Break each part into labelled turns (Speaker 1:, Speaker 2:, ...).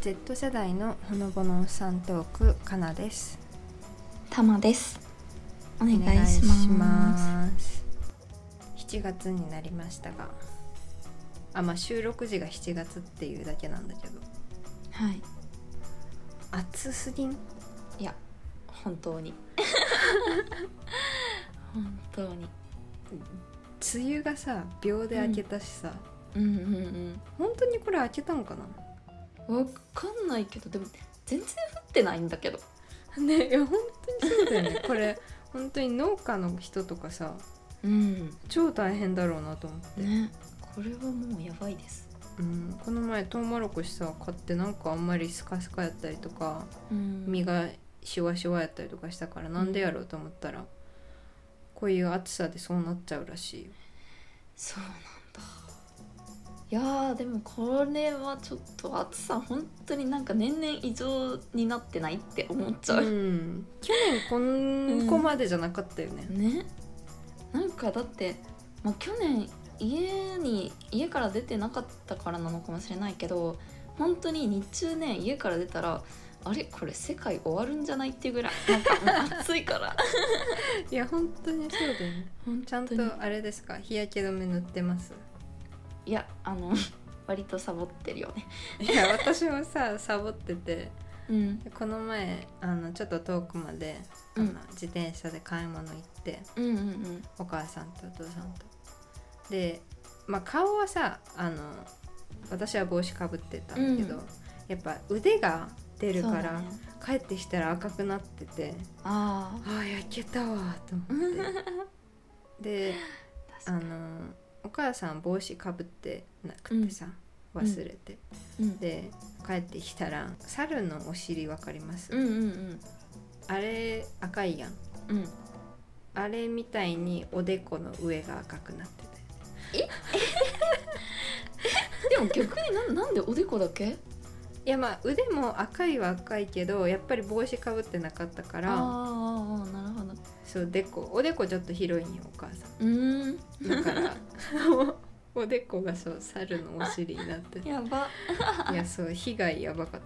Speaker 1: Z 世代のほのぼのさんトークかなです
Speaker 2: たまですお願
Speaker 1: お
Speaker 2: い
Speaker 1: 願い
Speaker 2: します
Speaker 1: します7月になりましたがあまあ収録時が7月っていうだけなんだけど
Speaker 2: はい
Speaker 1: 暑すぎん
Speaker 2: いや本当 に本当に
Speaker 1: 梅雨がさ秒で明けたしさ、
Speaker 2: うんうん
Speaker 1: 本当にこれ明けたのかな
Speaker 2: うんわかんないけどでも全然降ってないんだけど
Speaker 1: ねいや本当にそうだよねこれ本当に農家の人とかさ
Speaker 2: うん
Speaker 1: 超大変だろうなと思って、
Speaker 2: ねこれはもうやばいです
Speaker 1: うん、この前トウモロコシさ買ってなんかあんまりスカスカやったりとか
Speaker 2: うん
Speaker 1: 身がシワシワやったりとかしたからなんでやろうと思ったら、こういう暑さでそうなっちゃうらしいよ
Speaker 2: そうなんだいやーでもこれはちょっと暑さ本当になんか年々異常になってないって思っちゃう、
Speaker 1: ん、去年こんこまでじゃなかったよね、
Speaker 2: ねなんかだって、まあ、去年家に家から出てなかったからなのかもしれないけど本当に日中ね家から出たらあれこれ世界終わるんじゃないっていうぐらいなんかもう暑いから
Speaker 1: いや本当にそうだよね
Speaker 2: 本当に
Speaker 1: ちゃんとあれですか日焼け止め塗って ます
Speaker 2: いやあの割とサボってるよね
Speaker 1: いや私もさサボってて
Speaker 2: うん
Speaker 1: この前あのちょっと遠くまで、
Speaker 2: うん
Speaker 1: あの自転車で買い物行って
Speaker 2: うんうんうん
Speaker 1: お母さんとお父さんとでまあ顔はさあの私は帽子かぶってたんだけど、
Speaker 2: うん
Speaker 1: やっぱ腕が出る
Speaker 2: そう
Speaker 1: か
Speaker 2: だ
Speaker 1: ら、
Speaker 2: ね
Speaker 1: 帰ってきたら赤くなってて
Speaker 2: あ
Speaker 1: ああ焼けたわと思ってであ
Speaker 2: あ 確か
Speaker 1: の
Speaker 2: に
Speaker 1: お母さん帽子かぶってなくてさ、
Speaker 2: うん
Speaker 1: 忘れて、
Speaker 2: うん
Speaker 1: で帰ってきたら猿のお尻わかります、
Speaker 2: うんうん
Speaker 1: あれ赤いやん
Speaker 2: うんうん
Speaker 1: あれみたいにおでこの上が赤くなってて
Speaker 2: でも逆になんなんでおでこだけ
Speaker 1: いやまあ腕も赤いは赤いけどやっぱり帽子かぶってなかったか
Speaker 2: あー
Speaker 1: ら
Speaker 2: あーなるほど
Speaker 1: そうでこおでこちょっと広いんよお母さ
Speaker 2: うーん
Speaker 1: んだから おでこがそう猿のお尻にな ってて
Speaker 2: やば
Speaker 1: いやそう被害やばかっ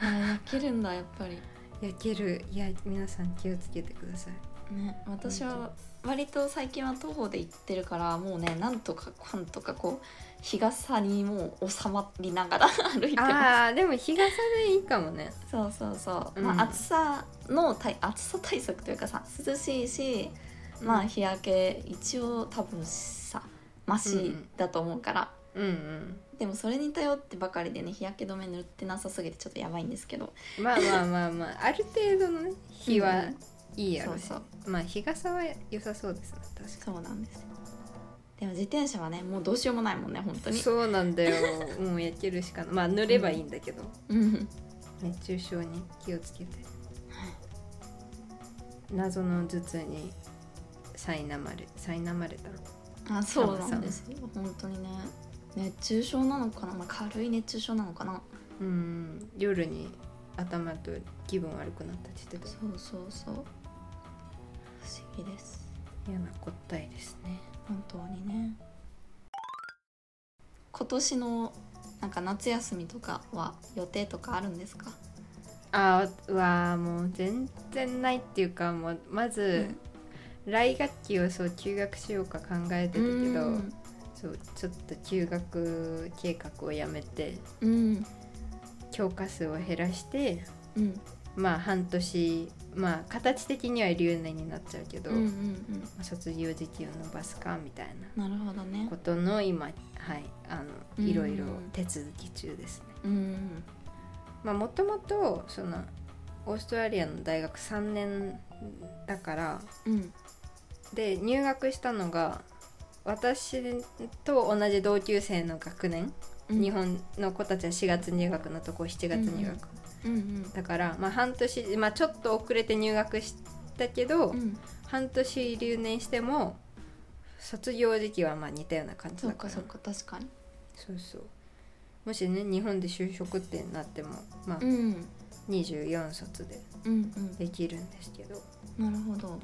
Speaker 2: あー焼けるんだやっぱり
Speaker 1: た焼けるいや皆さん気をつけてください
Speaker 2: ね私は割と最近は徒歩で行ってるからもうねなんとかかんとかこう日傘にもう収まりながら 歩いてます
Speaker 1: あーでも日傘でいいかもね
Speaker 2: そうそうそう、
Speaker 1: うん
Speaker 2: まあ暑さの対暑さ対策というかさ涼しいしまあ日焼け一応多分さマシだと思うから、
Speaker 1: うんうん
Speaker 2: でもそれに頼ってばかりでね日焼け止め塗ってなさすぎてちょっとやばいんですけど
Speaker 1: まあまあまあま あある程度のね日
Speaker 2: う
Speaker 1: は
Speaker 2: ん
Speaker 1: いいやろし、
Speaker 2: そうそう
Speaker 1: まあ日傘は良さそうですね確かに
Speaker 2: そうなんですでも自転車はねもうどうしようもないもんね本当に
Speaker 1: そうなんだよもう焼けるしかないまあ塗ればいいんだけど、
Speaker 2: うん
Speaker 1: 熱中症に気をつけて謎の頭痛に苛まれ苛まれたの
Speaker 2: あそうなんですよ本当にね熱中症なのかな、まあ、軽い熱中症なのかな
Speaker 1: うん夜に頭と気分悪くなったって言って
Speaker 2: そ
Speaker 1: た
Speaker 2: うそうそう不思議です
Speaker 1: 嫌なこったいですね
Speaker 2: 本当にね今年のなんか夏休みとかは予定とかあるんですか、
Speaker 1: あーうわーもう全然ないっていうかもうまず、来学期をそう休学しようか考えてたけど、
Speaker 2: うん
Speaker 1: そうちょっと休学計画をやめて
Speaker 2: うん
Speaker 1: 教科数を減らして
Speaker 2: うん
Speaker 1: まあ半年まあ形的には留年になっちゃうけど、
Speaker 2: うんうんうん
Speaker 1: まあ卒業時期を伸ばすかみたい
Speaker 2: なるほどね
Speaker 1: なことの今はいあ
Speaker 2: うん
Speaker 1: のいろいろ手続き中ですね。
Speaker 2: うん
Speaker 1: まあもともとそのオーストラリアの大学3年だから
Speaker 2: うん
Speaker 1: で入学したのが私と同じ同級生の学年、
Speaker 2: うん
Speaker 1: 日本の子たちは4月入学のとこ7月入学、
Speaker 2: うんうん
Speaker 1: だから、まあ、半年、まあ、ちょっと遅れて入学したけど、
Speaker 2: うん
Speaker 1: 半年留年しても卒業時期はまあ似たような感じ
Speaker 2: そ
Speaker 1: だ
Speaker 2: う
Speaker 1: か
Speaker 2: からそうか確かに
Speaker 1: そうそうもしね日本で就職ってなっても、まあ
Speaker 2: う、ん
Speaker 1: 24卒で
Speaker 2: うん
Speaker 1: できるんですけど、
Speaker 2: うんなるほど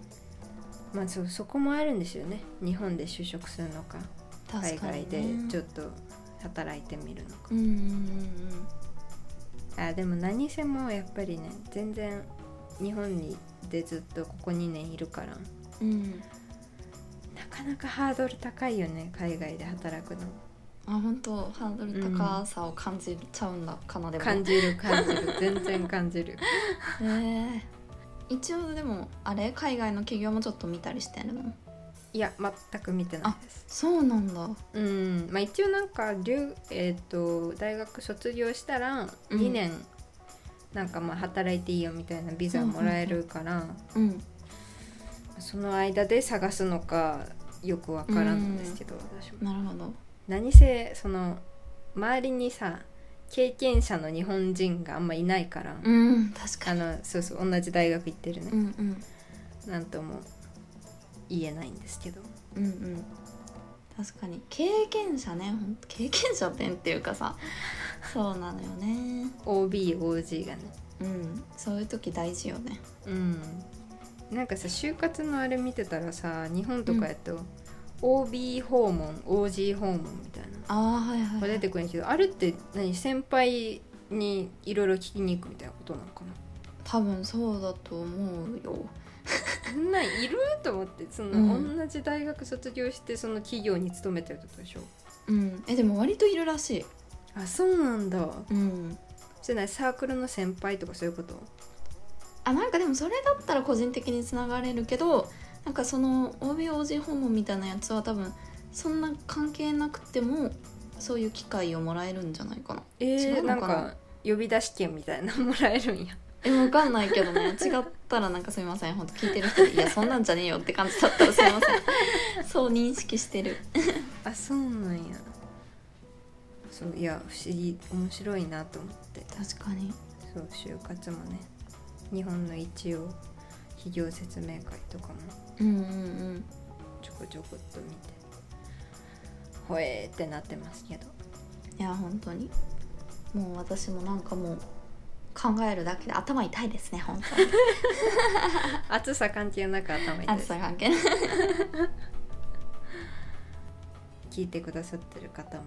Speaker 1: まあ、そうそこもあるんですよね日本で就職するのか海
Speaker 2: 確か
Speaker 1: 外
Speaker 2: に
Speaker 1: で
Speaker 2: ね
Speaker 1: ちょっと働いてみるのか、
Speaker 2: うんうんうんうん
Speaker 1: あでも何せもうやっぱりね全然日本にでずっとここ2年いるからな
Speaker 2: うん
Speaker 1: かなかハードル高いよね海外で働くの
Speaker 2: あ本当ハードル高さを感じちゃうんだ、かなでも
Speaker 1: 感じる感じる全然感じる
Speaker 2: えー一応でもあれ海外の企業もちょっと見たりしてるの
Speaker 1: いや全く見てないです
Speaker 2: そうなんだ
Speaker 1: うんまあ一応なんか留えっ、と大学卒業したら
Speaker 2: うん
Speaker 1: 2年、なんかまあ働いていいよみたいなビザもらえるから、
Speaker 2: うん
Speaker 1: その間で探すのかよくわからんですけど、私も
Speaker 2: なるほど
Speaker 1: 何せその周りにさ経験者の日本人があんまいないから、
Speaker 2: うん確か
Speaker 1: あ
Speaker 2: に
Speaker 1: のそうそう同じ大学行ってるね
Speaker 2: う、んうん
Speaker 1: なんとも言えないんですけど
Speaker 2: うんうん確かに経験者ねほんと経験者ってっていうか さそうなのよね
Speaker 1: OBOG がね
Speaker 2: うんそういう時大事よね
Speaker 1: うんなんかさ就活のあれ見てたらさ日本とかやと、OB 訪問 OG 訪問みたいな
Speaker 2: ああはいはい、
Speaker 1: こ
Speaker 2: は
Speaker 1: れ出
Speaker 2: い、
Speaker 1: てくるんやけどあれって何先輩にいろいろ聞きに行くみたいなことなのかな
Speaker 2: 多分そうだと思うよ
Speaker 1: そんなんいると思ってその、
Speaker 2: うん
Speaker 1: 同じ大学卒業してその企業に勤めてるってことでしょ
Speaker 2: うんえでも割といるらしい
Speaker 1: あそうなんだ
Speaker 2: うん
Speaker 1: じゃないサークルの先輩とかそういうこと
Speaker 2: あなんかでもそれだったら個人的につながれるけどなんかその OBOG 訪問みたいなやつは多分そんな関係なくてもそういう機会をもらえるんじゃないかな
Speaker 1: えー
Speaker 2: 違う
Speaker 1: な
Speaker 2: の
Speaker 1: ん
Speaker 2: かな
Speaker 1: か呼び出し券みたいなのもらえるんや
Speaker 2: えわかんないけどね 違ったらなんかすみません本当聞いてる人でいやそんなんじゃねえよって感じだったらすみま せんそう認識してる
Speaker 1: あそうなんやそういや不思議面白いなと思って
Speaker 2: 確かに
Speaker 1: そう就活もね日本の一応企業説明会とかも
Speaker 2: うんうん
Speaker 1: ちょこちょこっと見てほえーってなってますけど
Speaker 2: うんいや本当にもう私もなんかもう考えるだけで頭痛いですね本当に
Speaker 1: 暑さ関係なく頭痛いで
Speaker 2: 暑
Speaker 1: す
Speaker 2: さ関係ない
Speaker 1: 聞いてくださってる方も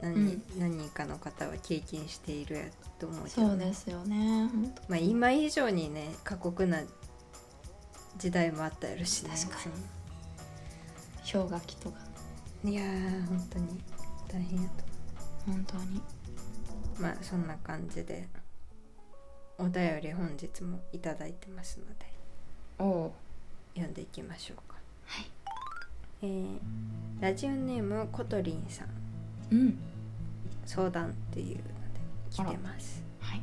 Speaker 1: 何,、
Speaker 2: うん
Speaker 1: 何人かの方は経験しているやと思うけど、
Speaker 2: そうですよね本
Speaker 1: まあ、今以上にね過酷な時代もあったやろしね
Speaker 2: 確かに当氷河期とか
Speaker 1: そのいやー本当に大変や
Speaker 2: 本当に
Speaker 1: とまあそんな感じでお便り本日もいただいてますので
Speaker 2: おお
Speaker 1: 読んでいきましょうか
Speaker 2: はい
Speaker 1: えーラジオネームコトリンさん
Speaker 2: うん
Speaker 1: 相談っていうので来てます
Speaker 2: はい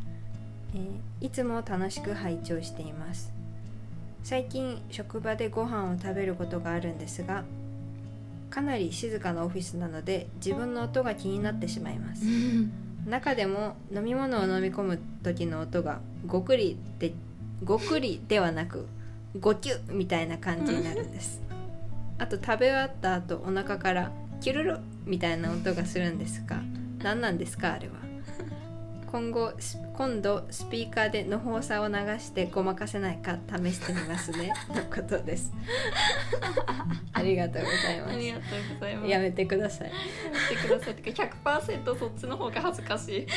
Speaker 1: えーいつも楽しく拝聴しています最近職場でご飯を食べることがあるんですがかなり静かなオフィスなので自分の音が気になってしまいます中でも飲み物を飲み込む時の音がごくりでごくりではなくごきゅみたいな感じになるんですあと食べ終わった後お腹からキュルルみたいな音がするんですが何なんですかあれは今後ス今度スピーカーでの放さを流してごまかせないか試してみますねのことですありがとうございま
Speaker 2: ありがとうございます
Speaker 1: すやめてください
Speaker 2: 見てくださいってか100%そっちの方が恥ずかし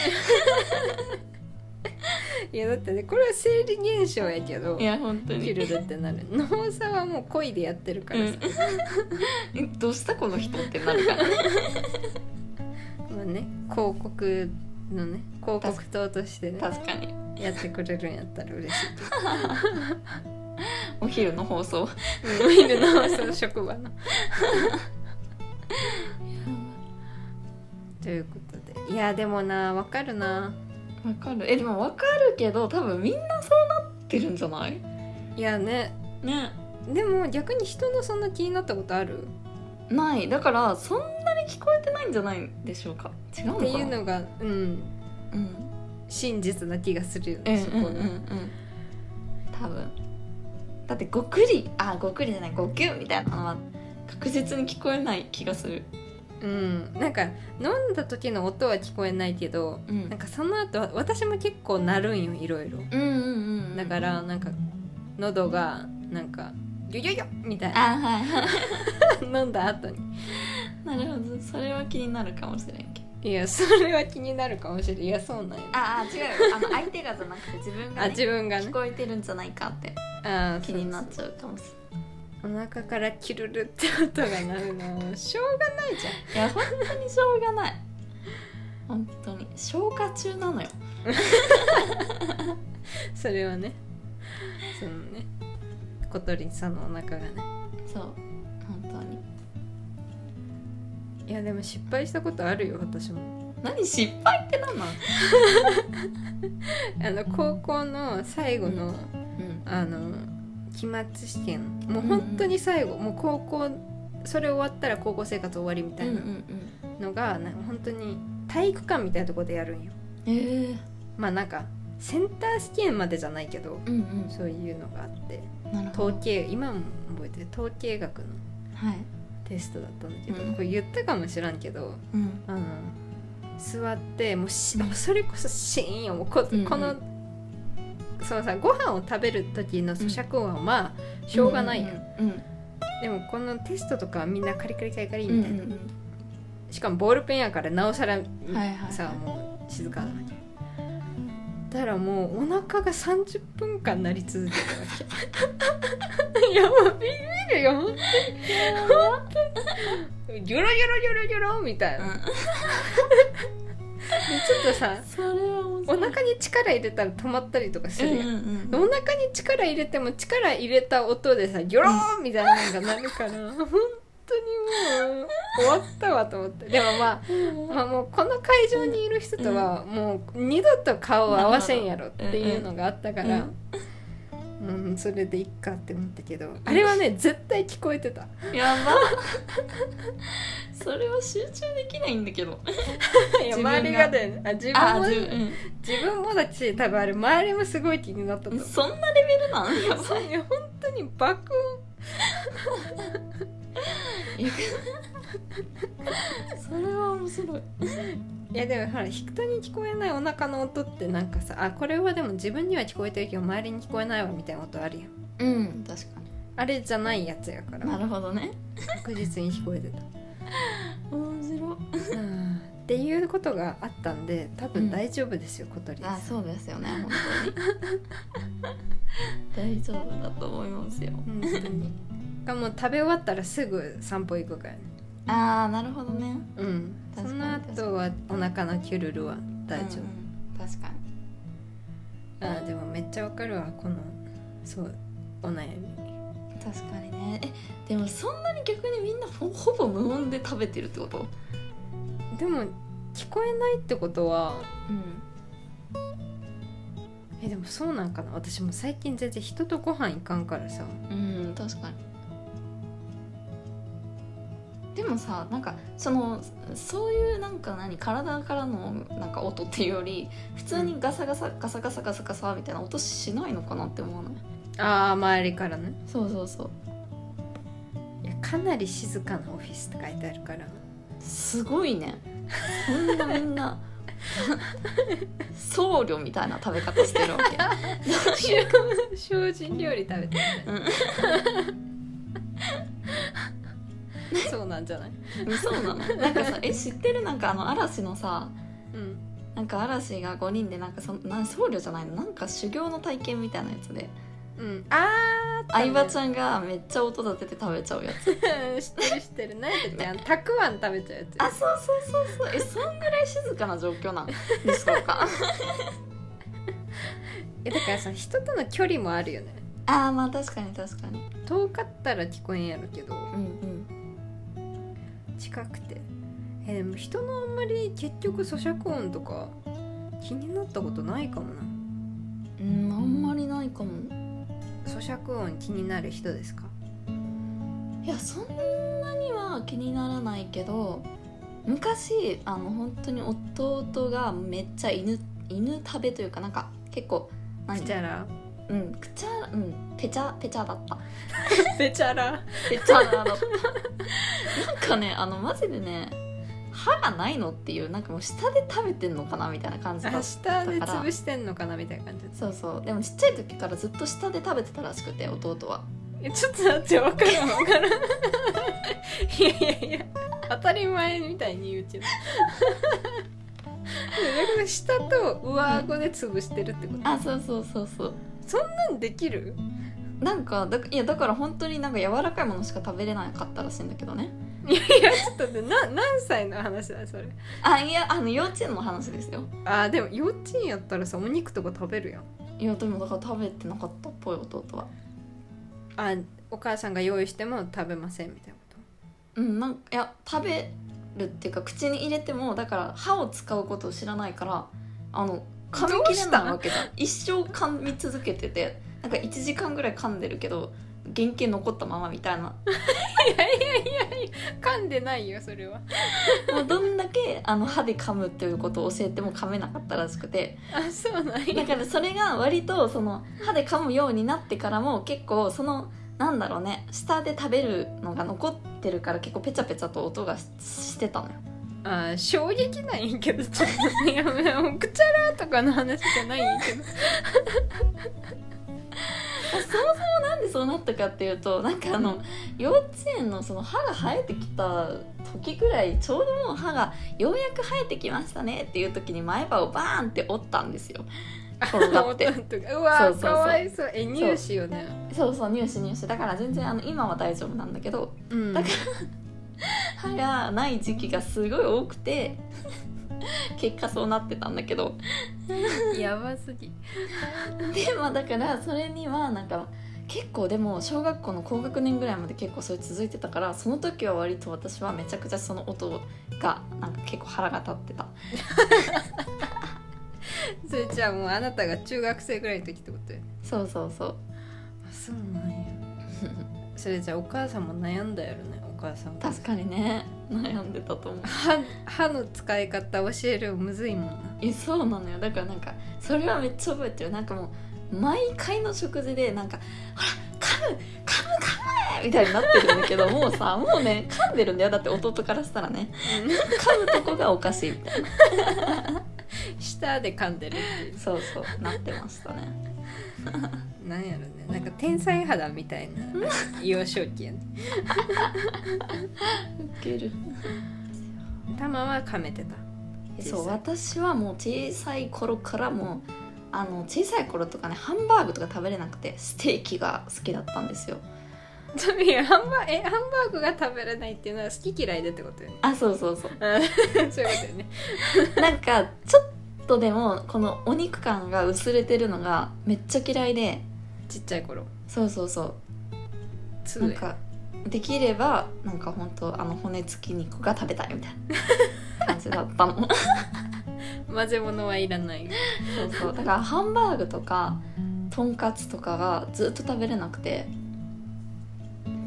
Speaker 2: い
Speaker 1: いやだってねこれは生理現象やけど
Speaker 2: いや本当
Speaker 1: キ
Speaker 2: に
Speaker 1: ルドってなる農さはもう恋でやってるからさ、
Speaker 2: えどうしたこの人ってなるから
Speaker 1: まあね広告のね広告塔としてね
Speaker 2: 確かに
Speaker 1: やってくれるんやったら嬉しい
Speaker 2: お昼の放送
Speaker 1: ウ ィルのその職場のということでいやでもなわかるな
Speaker 2: わかるえでもわかるけど多分みんなそうなってるんじゃない
Speaker 1: いやね
Speaker 2: ね
Speaker 1: でも逆に人のそんな気になったことある
Speaker 2: ないだからそんなに聞こえてないんじゃないんでしょうか違うの
Speaker 1: っ
Speaker 2: かな
Speaker 1: ていうのがうん
Speaker 2: うん
Speaker 1: 真実な気がするよ
Speaker 2: うん
Speaker 1: ね、
Speaker 2: うん
Speaker 1: そこが
Speaker 2: うんうん多分だってごくりあごくりじゃないごきゅうみたいなのは確実に聞こえない気がする
Speaker 1: うんなんか飲んだ時の音は聞こえないけど
Speaker 2: うん
Speaker 1: なんかその後私も結構なるんよいろいろ
Speaker 2: うんうんうん
Speaker 1: だからなんか喉がなんかギョギョギョみたいな
Speaker 2: あはいはい
Speaker 1: 飲んだ後に
Speaker 2: なるほどそれは気になるかもしれんけど
Speaker 1: いやそれは気になるかもしれないいやそうなんやな
Speaker 2: ああ違うよあの相手がじゃなくて自分が、
Speaker 1: あ
Speaker 2: ね、
Speaker 1: 自分がね
Speaker 2: 聞こえてるんじゃないかって
Speaker 1: あー
Speaker 2: 気になっちゃうかもしれない
Speaker 1: そうそうお腹からキュルルって音が鳴る のしょうがないじゃん
Speaker 2: いや本当にしょうがない本当に消化中なのよ
Speaker 1: それはねそのね小鳥さんのお腹がね
Speaker 2: そう本当に
Speaker 1: いやでも失敗したことあるよ私も
Speaker 2: 何失敗ってなんなの
Speaker 1: あの高校の最後の、
Speaker 2: うん
Speaker 1: あの期末試験もう本当に最後、もう高校それ終わったら高校生活終わりみた
Speaker 2: うん
Speaker 1: い
Speaker 2: うんう
Speaker 1: なんのが、なんか本当に体育館みたいなところでやるんよ
Speaker 2: ええ
Speaker 1: まあなんかセンター試験までじゃないけど
Speaker 2: うんうん
Speaker 1: そういうのがあって
Speaker 2: なるほど
Speaker 1: 統計今も覚えてる統計学の
Speaker 2: はい
Speaker 1: テストだったんだけど、
Speaker 2: うん
Speaker 1: これ言ったかもしらんけど
Speaker 2: うん
Speaker 1: あの座ってもうしもうそれこそシーンよもうこ,、
Speaker 2: うんうん
Speaker 1: このそのさご飯を食べる時の咀嚼音はまあしょうがないや、ん
Speaker 2: うん
Speaker 1: でもこのテストとかはみんなカリカリカリカリ
Speaker 2: うんうん
Speaker 1: み
Speaker 2: う
Speaker 1: たい
Speaker 2: ん
Speaker 1: な、しかもボールペンやからなおさら、
Speaker 2: うんはいはい
Speaker 1: さもう静かだねだからもうお腹が30分間鳴り続けた わけいやもうビビるよ本当にギョロギョロギョロギョロみたいな、
Speaker 2: う
Speaker 1: で
Speaker 2: ん
Speaker 1: ちょっとさ
Speaker 2: それは面
Speaker 1: お
Speaker 2: 白い
Speaker 1: 腹に力入れたら止まったりとかす
Speaker 2: うん
Speaker 1: るやん、
Speaker 2: うん
Speaker 1: お腹に力入れても力入れた音でさギョローンみたいなのがなる から本当にもう終わったわと思ってでもまあ
Speaker 2: うん
Speaker 1: まあ、もうこの会場にいる人とはもう二度と顔を合わせんやろっていうのがあったから、うんそれでいっかって思ったけどあれはね絶対聞こえてた
Speaker 2: やばそれは集中できないんだけど
Speaker 1: いや
Speaker 2: 自分が
Speaker 1: 周りがだよねあ自
Speaker 2: あ
Speaker 1: 分も
Speaker 2: 自
Speaker 1: 自
Speaker 2: 分
Speaker 1: 分もだし多分あれ周りもす ごい気になったと
Speaker 2: う
Speaker 1: 思
Speaker 2: んそんなレベルなんやばいう
Speaker 1: いや本当に爆
Speaker 2: それは面白い
Speaker 1: 音いやでもほら人に聞こえないお腹の音ってなんかさあこれはでも自分には聞こえてるけど周りに聞こえないわみたいな音あるやん
Speaker 2: うん確か
Speaker 1: あれじゃないやつやか
Speaker 2: にな
Speaker 1: ら
Speaker 2: るほどね
Speaker 1: 確実に聞こえてた
Speaker 2: 面白い
Speaker 1: うんっていうことがあったんで多分大丈夫ですよ、小鳥さん
Speaker 2: あそうですよね本当に 大丈夫だと思いますよ
Speaker 1: 本当にがもう食べ終わったらすぐ散歩行くからね
Speaker 2: ああなるほどね
Speaker 1: うんそ
Speaker 2: 確かに
Speaker 1: の
Speaker 2: 確か
Speaker 1: 後はお腹のキュルルは大丈
Speaker 2: うんうん確かに
Speaker 1: 夫、あでもめっちゃわかるわこのそうお悩み
Speaker 2: 確かにねえでもそんなに逆にみんなほほぼ無音で食べてるってこと
Speaker 1: でも聞こえないってことは
Speaker 2: うん
Speaker 1: えでもそうなんかな私もう最近全然人とご飯行かんからさ
Speaker 2: うん確かにでもさなんかそのそういうなんか何体からのなんか音っていうより普通にガサガサガサガサガサガサみたいな音しないのかなって思うのよ
Speaker 1: あー周りからね
Speaker 2: そうそうそう
Speaker 1: いやかなり静かなオフィスって書いてあるから
Speaker 2: すごい ねそんなみんな 僧侶みたいな食べ方してるわけ
Speaker 1: 精進料理食べて
Speaker 2: う
Speaker 1: みたい そうなんじゃない、
Speaker 2: そうなのなんかさえ知ってるなんかあの嵐のさ
Speaker 1: うん、
Speaker 2: なんか嵐が5人でなんかそなん僧侶じゃないのなんか修行の体験みたいなやつで
Speaker 1: うんあーあ
Speaker 2: 相葉ち
Speaker 1: ん
Speaker 2: ゃんがめっちゃ音立てて食べちゃうやつ
Speaker 1: 知ってる知ってる何やったっけあのたくあん食べちゃうやつ
Speaker 2: あそうそうそうそうえそんぐらい静かな状況なんでしょうか
Speaker 1: えだからさ人との距離もあるよね
Speaker 2: あーまあ確かに確かに
Speaker 1: 遠かったら聞こえんやろけど
Speaker 2: うん
Speaker 1: 近くてえでも人のあんまり結局咀嚼音とか気になったことないかもな
Speaker 2: うんうんあんまりないかも
Speaker 1: 咀嚼音気になる人ですか
Speaker 2: いやそんなには気にならないけど昔あの本当に弟がめっちゃ犬犬食べというかなんか結構
Speaker 1: ペ
Speaker 2: 何
Speaker 1: チャラ
Speaker 2: うんくちゃうんペチャペチャだった
Speaker 1: ペチャラ
Speaker 2: ペチャだった なんかねあのマジでね歯がないのっていうなんかもう舌で食べてんのかなみたいな感じ
Speaker 1: 明
Speaker 2: だ
Speaker 1: 日
Speaker 2: った
Speaker 1: で潰してんのかなみたいな感じ
Speaker 2: そうそうでもちっちゃい時からずっと舌で食べてたらしくて弟は
Speaker 1: えちょっと待って分からん分からん いやいやいや当たり前みたいに言うけど分下と上顎で潰してるってこと
Speaker 2: あそうそうそうそう
Speaker 1: なんできる
Speaker 2: なんかだいやだから本当になんか柔らかいものしか食べれなかったらしいんだけどね
Speaker 1: いやちょっとねな何歳の話だそれ
Speaker 2: あいやあの幼稚園の話ですよ
Speaker 1: あーでも幼稚園やったらさお肉とか食べるやん
Speaker 2: いやでもだから食べてなかったっぽい弟は
Speaker 1: あお母さんが用意しても食べませんみたいなこ
Speaker 2: うんなんかいや食べるっていうか口に入れてもだから歯を使うことを知らないからあの噛み切れないわけだ一生噛み続けててなんか1時間ぐらい噛んでるけど原型残ったままみたいな
Speaker 1: と噛んでないよそれは
Speaker 2: もうどんだけあの歯で噛むっていうことを教えても噛めなかったらしくて
Speaker 1: あそうなん
Speaker 2: だ
Speaker 1: や
Speaker 2: からそれが割とその歯で噛むようになってからも結構そのなんだろうね舌で食べるのが残ってるから結構ペチャペチャと音がししてたのよ
Speaker 1: あー衝撃なんやけどちょっといやもうくちゃらとかの話じゃないんやけど
Speaker 2: なんでそうなったかっていうとなんかあの幼稚園のその歯が生えてきた時ぐらいちょうどもう歯がようやく生えてきましたねっていう時に前歯をバーンって折ったんですよ転がって
Speaker 1: 思ったんとかうわー
Speaker 2: そうそうそう
Speaker 1: かわいそうえ乳歯よね
Speaker 2: そうそう入試入試だから全然あの今は大丈夫なんだけど
Speaker 1: うん
Speaker 2: だか歯がない時期がすごい多くて結果そうなってたんだけど
Speaker 1: やばすぎ
Speaker 2: でまあだからそれにはなんか結構でも小学校の高学年ぐらいまで結構それ続いてたからその時は割と私はめちゃくちゃその音がなんか結構腹が立ってた
Speaker 1: それじゃあもうあなたが中学生ぐらいの時ってことや
Speaker 2: そうそうそう
Speaker 1: あそうなんやそれじゃあお母さんも悩んだやろねお母さんも
Speaker 2: 確かにね悩んでたと思う
Speaker 1: 歯歯の使い方教えるのむずいもんな
Speaker 2: えそうなのよだからなんかそれはめっちゃ覚えてるなんかもう毎回の食事でなんか「ほら噛む噛む噛む!」みたいになってるんだけ どもうさもうね噛んでるんだよだって弟からしたらね 噛むとこがおかしいみたいな
Speaker 1: 舌で噛んでるっていう
Speaker 2: そうそうなってましたね
Speaker 1: なんやろねなんか天才肌みたいな幼少期やね
Speaker 2: ウケる
Speaker 1: タマは噛めてた
Speaker 2: そう
Speaker 1: 小さい
Speaker 2: 私はもう小さい頃からもうあの小さい頃とかねハンバーグとか食べれなくてステーキが好きだったんですよ
Speaker 1: いやハンバえハンバーグが食べれないっていうのは好き嫌いでって ことよね
Speaker 2: あそうそうそう
Speaker 1: うんそういうことよね
Speaker 2: なんかちょっとでもこのお肉感が薄れてるのがめっちゃ嫌いで
Speaker 1: ちっちゃい頃
Speaker 2: そうそうそ
Speaker 1: つ
Speaker 2: うなん
Speaker 1: え
Speaker 2: かできればなんか本当あの骨付き肉が食べたいみたい な感じだったのそ
Speaker 1: 混ぜ物はいらないう
Speaker 2: そうだからハンバーグとかとんかつとかがずっと食べれなくて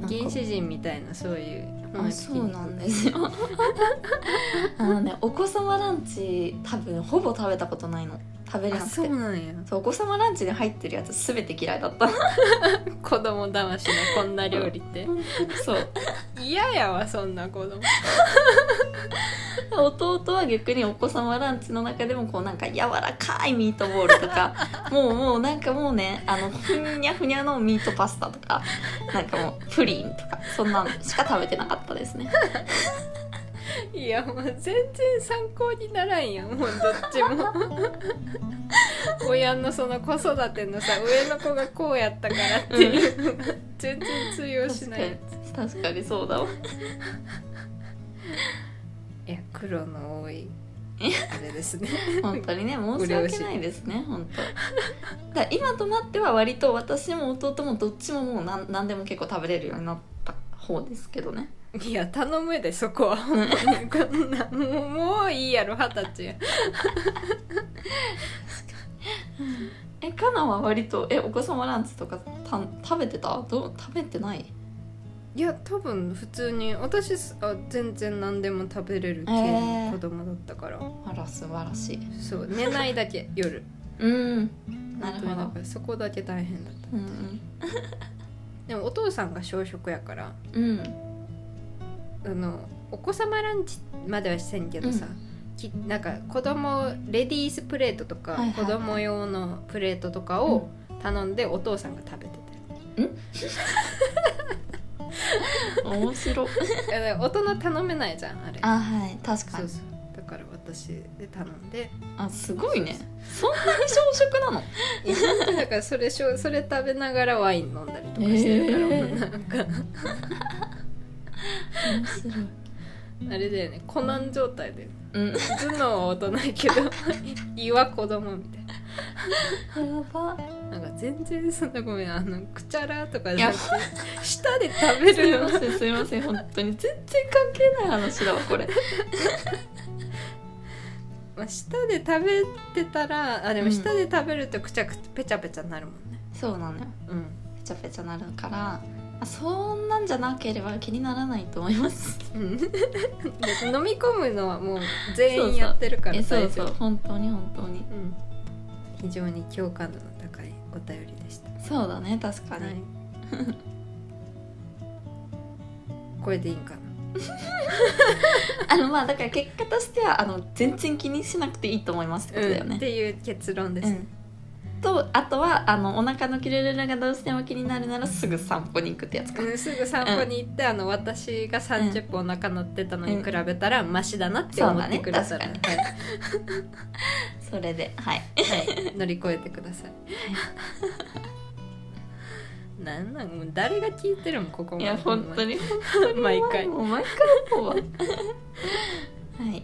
Speaker 2: なんか
Speaker 1: 原始人みたいなそういう
Speaker 2: あそうなんですよ あのねお子様ランチ多分ほぼ食べたことないの食べれ
Speaker 1: あ
Speaker 2: なくて
Speaker 1: そうなんや
Speaker 2: そうお子様ランチに入ってるやつ全て嫌いだ った
Speaker 1: 子供騙しのこんな料理って
Speaker 2: そう
Speaker 1: 嫌やわそんな子供
Speaker 2: 弟は逆にお子様ランチの中でもこうなんか柔らかいミートボールと かもうもうなんかもうねあのふにゃふにゃのミートパスタとかなんかもうプリンとかそんなのしか食べてなかったです ね
Speaker 1: いやもう全然参考にならんやんもうどっちも 親のその子育てのさ上の子がこうやったからっていう、全然通用し
Speaker 2: 確か
Speaker 1: ない
Speaker 2: に確かにそうだわ
Speaker 1: いや黒の多い
Speaker 2: え
Speaker 1: あれですね
Speaker 2: 本当にね申し訳ないですね本当だから今となっては割と私も弟もどっちももう何何でも結構食べれるようになった方ですけどね
Speaker 1: いや頼むでそ こはほんまにこんなもうもういいやろ二十歳や
Speaker 2: えかなは割とえお子様ランチとかた食べてたどう食べてない
Speaker 1: いや多分普通に私すあ全然何でも食べれる系の子供だったから、
Speaker 2: あら素晴らしい
Speaker 1: そう寝ないだ け夜
Speaker 2: うんな
Speaker 1: 本
Speaker 2: る
Speaker 1: 当にだ
Speaker 2: ほ
Speaker 1: からそこだけ大変だった
Speaker 2: どうん
Speaker 1: でもお父さんが小食やから
Speaker 2: うん
Speaker 1: あのお子様ランチまではしてんけどさ、きなんか子供レディースプレートとか、
Speaker 2: はいはいはい
Speaker 1: 子供用のプレートとかを頼んでお父さんが食べて
Speaker 2: 面白い
Speaker 1: て、いやだから大人頼めないじゃんあれ
Speaker 2: あはい確か
Speaker 1: そう
Speaker 2: に
Speaker 1: そうだから私で頼んで
Speaker 2: あすごいねそんなに小食なの
Speaker 1: いや本当にだから それしょそれ食べながらワイン飲んだりとかしてるから、
Speaker 2: えー
Speaker 1: なんか
Speaker 2: 面白い
Speaker 1: あれだよねコナン状態だよ
Speaker 2: うん
Speaker 1: 頭脳は大人い けど胃は子供みたい
Speaker 2: やば
Speaker 1: ななんか全然そんなごめんあのくちゃらとか
Speaker 2: い
Speaker 1: じゃ
Speaker 2: や
Speaker 1: なくて舌で食べ
Speaker 2: す
Speaker 1: る
Speaker 2: い
Speaker 1: よ
Speaker 2: ませんすいません本当に全然関係ない話だわこれ
Speaker 1: まあ、舌で食べてたらあで
Speaker 2: う
Speaker 1: も
Speaker 2: ん
Speaker 1: 舌で食べるとくちゃくちゃペチャペチャになるもんね
Speaker 2: そうなのよ
Speaker 1: うん
Speaker 2: ぺちゃぺちゃなるからあそんなんじゃなければ気にならないと思 います
Speaker 1: うん、で飲み込むのはもう全員やってるから
Speaker 2: え
Speaker 1: 大丈夫
Speaker 2: そうそう本当に本当に
Speaker 1: うん、非常に共感度の高いお便りでした、
Speaker 2: そうだね確かに、
Speaker 1: はい これでいいんかな
Speaker 2: あのまあだから結果としてはあの全然気にしなくていいと思いますってことだよ
Speaker 1: うんっ
Speaker 2: ね、
Speaker 1: ていう結論です、
Speaker 2: うんとあとはあのお腹の切れるのがどうしても気になるならすぐ散歩に行くってやつか、
Speaker 1: うんすぐ散歩に行って、あの私が30分お腹鳴ってたのに比べたら、マシだなって思ってくださ
Speaker 2: そう
Speaker 1: る、
Speaker 2: だねそれでは
Speaker 1: はい、
Speaker 2: い
Speaker 1: はい、乗り越えてください なんなんもう誰が聞いてるもんここま
Speaker 2: い
Speaker 1: で
Speaker 2: や本当に
Speaker 1: 毎回
Speaker 2: もう毎回 もうはい
Speaker 1: はい、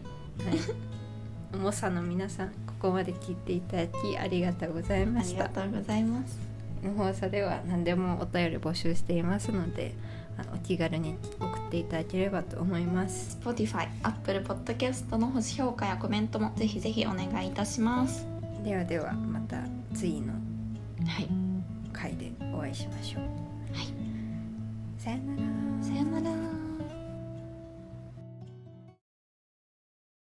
Speaker 1: 重さの皆さんここまで聞いていただきありがとうございま
Speaker 2: あ
Speaker 1: し
Speaker 2: り
Speaker 1: た
Speaker 2: がとうございます
Speaker 1: 無放送では何でもお便り募集していますのであのお気軽に送っていただければと思います
Speaker 2: Spotify、Apple Podcast の星評価やコメントもぜひぜひお願いいたします。
Speaker 1: ではではまた次の
Speaker 2: はい。
Speaker 1: 回でお会いしましょう、
Speaker 2: はい
Speaker 1: さよなら
Speaker 2: さよなら。